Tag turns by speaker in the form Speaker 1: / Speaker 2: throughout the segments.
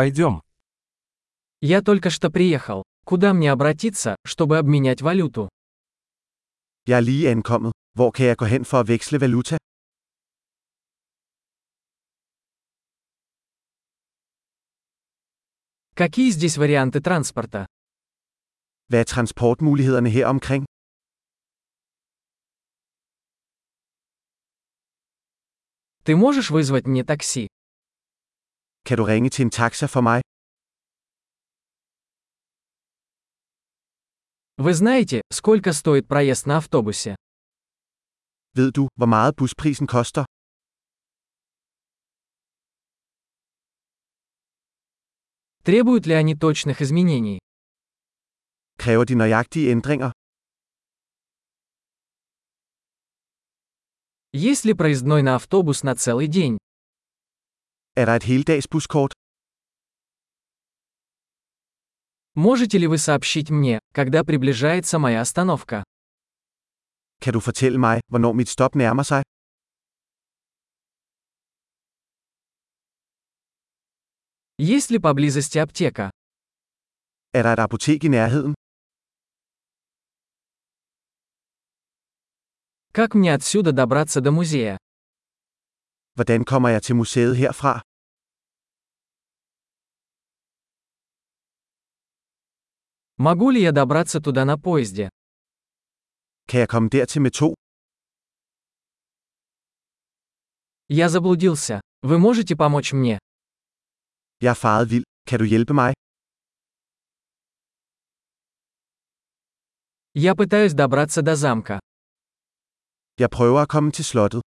Speaker 1: Пойдем.
Speaker 2: Я только что приехал. Куда мне обратиться, чтобы обменять валюту?
Speaker 3: Jeg er lige ankommet. Hvor kan jeg gå hen for at veksle valuta?
Speaker 2: Какие здесь варианты транспорта?
Speaker 3: Hvad er transportmulighederne her omkring?
Speaker 2: Ты можешь вызвать мне такси?
Speaker 3: Kan du ringe til en taxa for mig?
Speaker 2: Вы знаете, сколько стоит проезд на автобусе?
Speaker 3: Ved du, hvor meget busprisen koster?
Speaker 2: Требуют ли они точных изменений?
Speaker 3: Kræver de nøjagtige ændringer?
Speaker 2: Есть ли проездной на автобус на целый день?
Speaker 3: Er der et heldags buskort?
Speaker 2: Можете ли вы сообщить мне, когда приближается моя остановка?
Speaker 3: Kan du fortælle mig, hvornår mit stop nærmer sig?
Speaker 2: Есть ли поблизости аптека?
Speaker 3: Er der et apotek i nærheden?
Speaker 2: Как мне отсюда добраться до музея?
Speaker 3: Hvordan kommer jeg til museet herfra?
Speaker 2: Могу ли я добраться туда на поезде?
Speaker 3: Kan jeg komme dertil med to?
Speaker 2: Я заблудился. Вы можете помочь мне?
Speaker 3: Jeg er faret vild. Kan du hjælpe mig?
Speaker 2: Я пытаюсь добраться до замка.
Speaker 3: Jeg prøver at komme til slottet.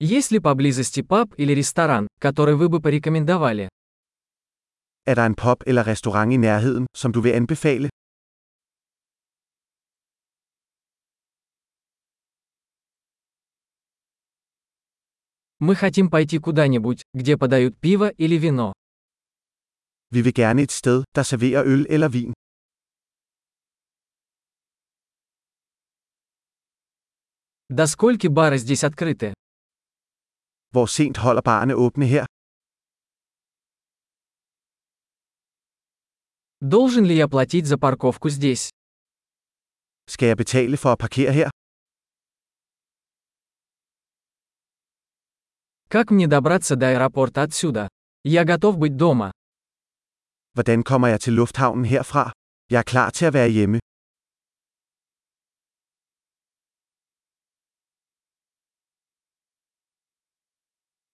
Speaker 2: Есть ли поблизости паб или ресторан, который вы бы порекомендовали?
Speaker 3: Er der en pop eller restaurant i nærheden, som du vil anbefale?
Speaker 2: Мы хотим пойти куда-нибудь, где подают пиво или вино.
Speaker 3: Vi vil gerne et sted, der serverer øl eller vin.
Speaker 2: До скольки бары здесь открыты?
Speaker 3: Hvor sent holder barerne åbne her?
Speaker 2: Должен ли я платить за парковку здесь?
Speaker 3: Skal jeg betale for at parkere her?
Speaker 2: Как мне добраться до аэропорта отсюда? Я готов быть дома.
Speaker 3: Hvordan kommer jeg til lufthavnen herfra? Jeg er klar til at være hjemme.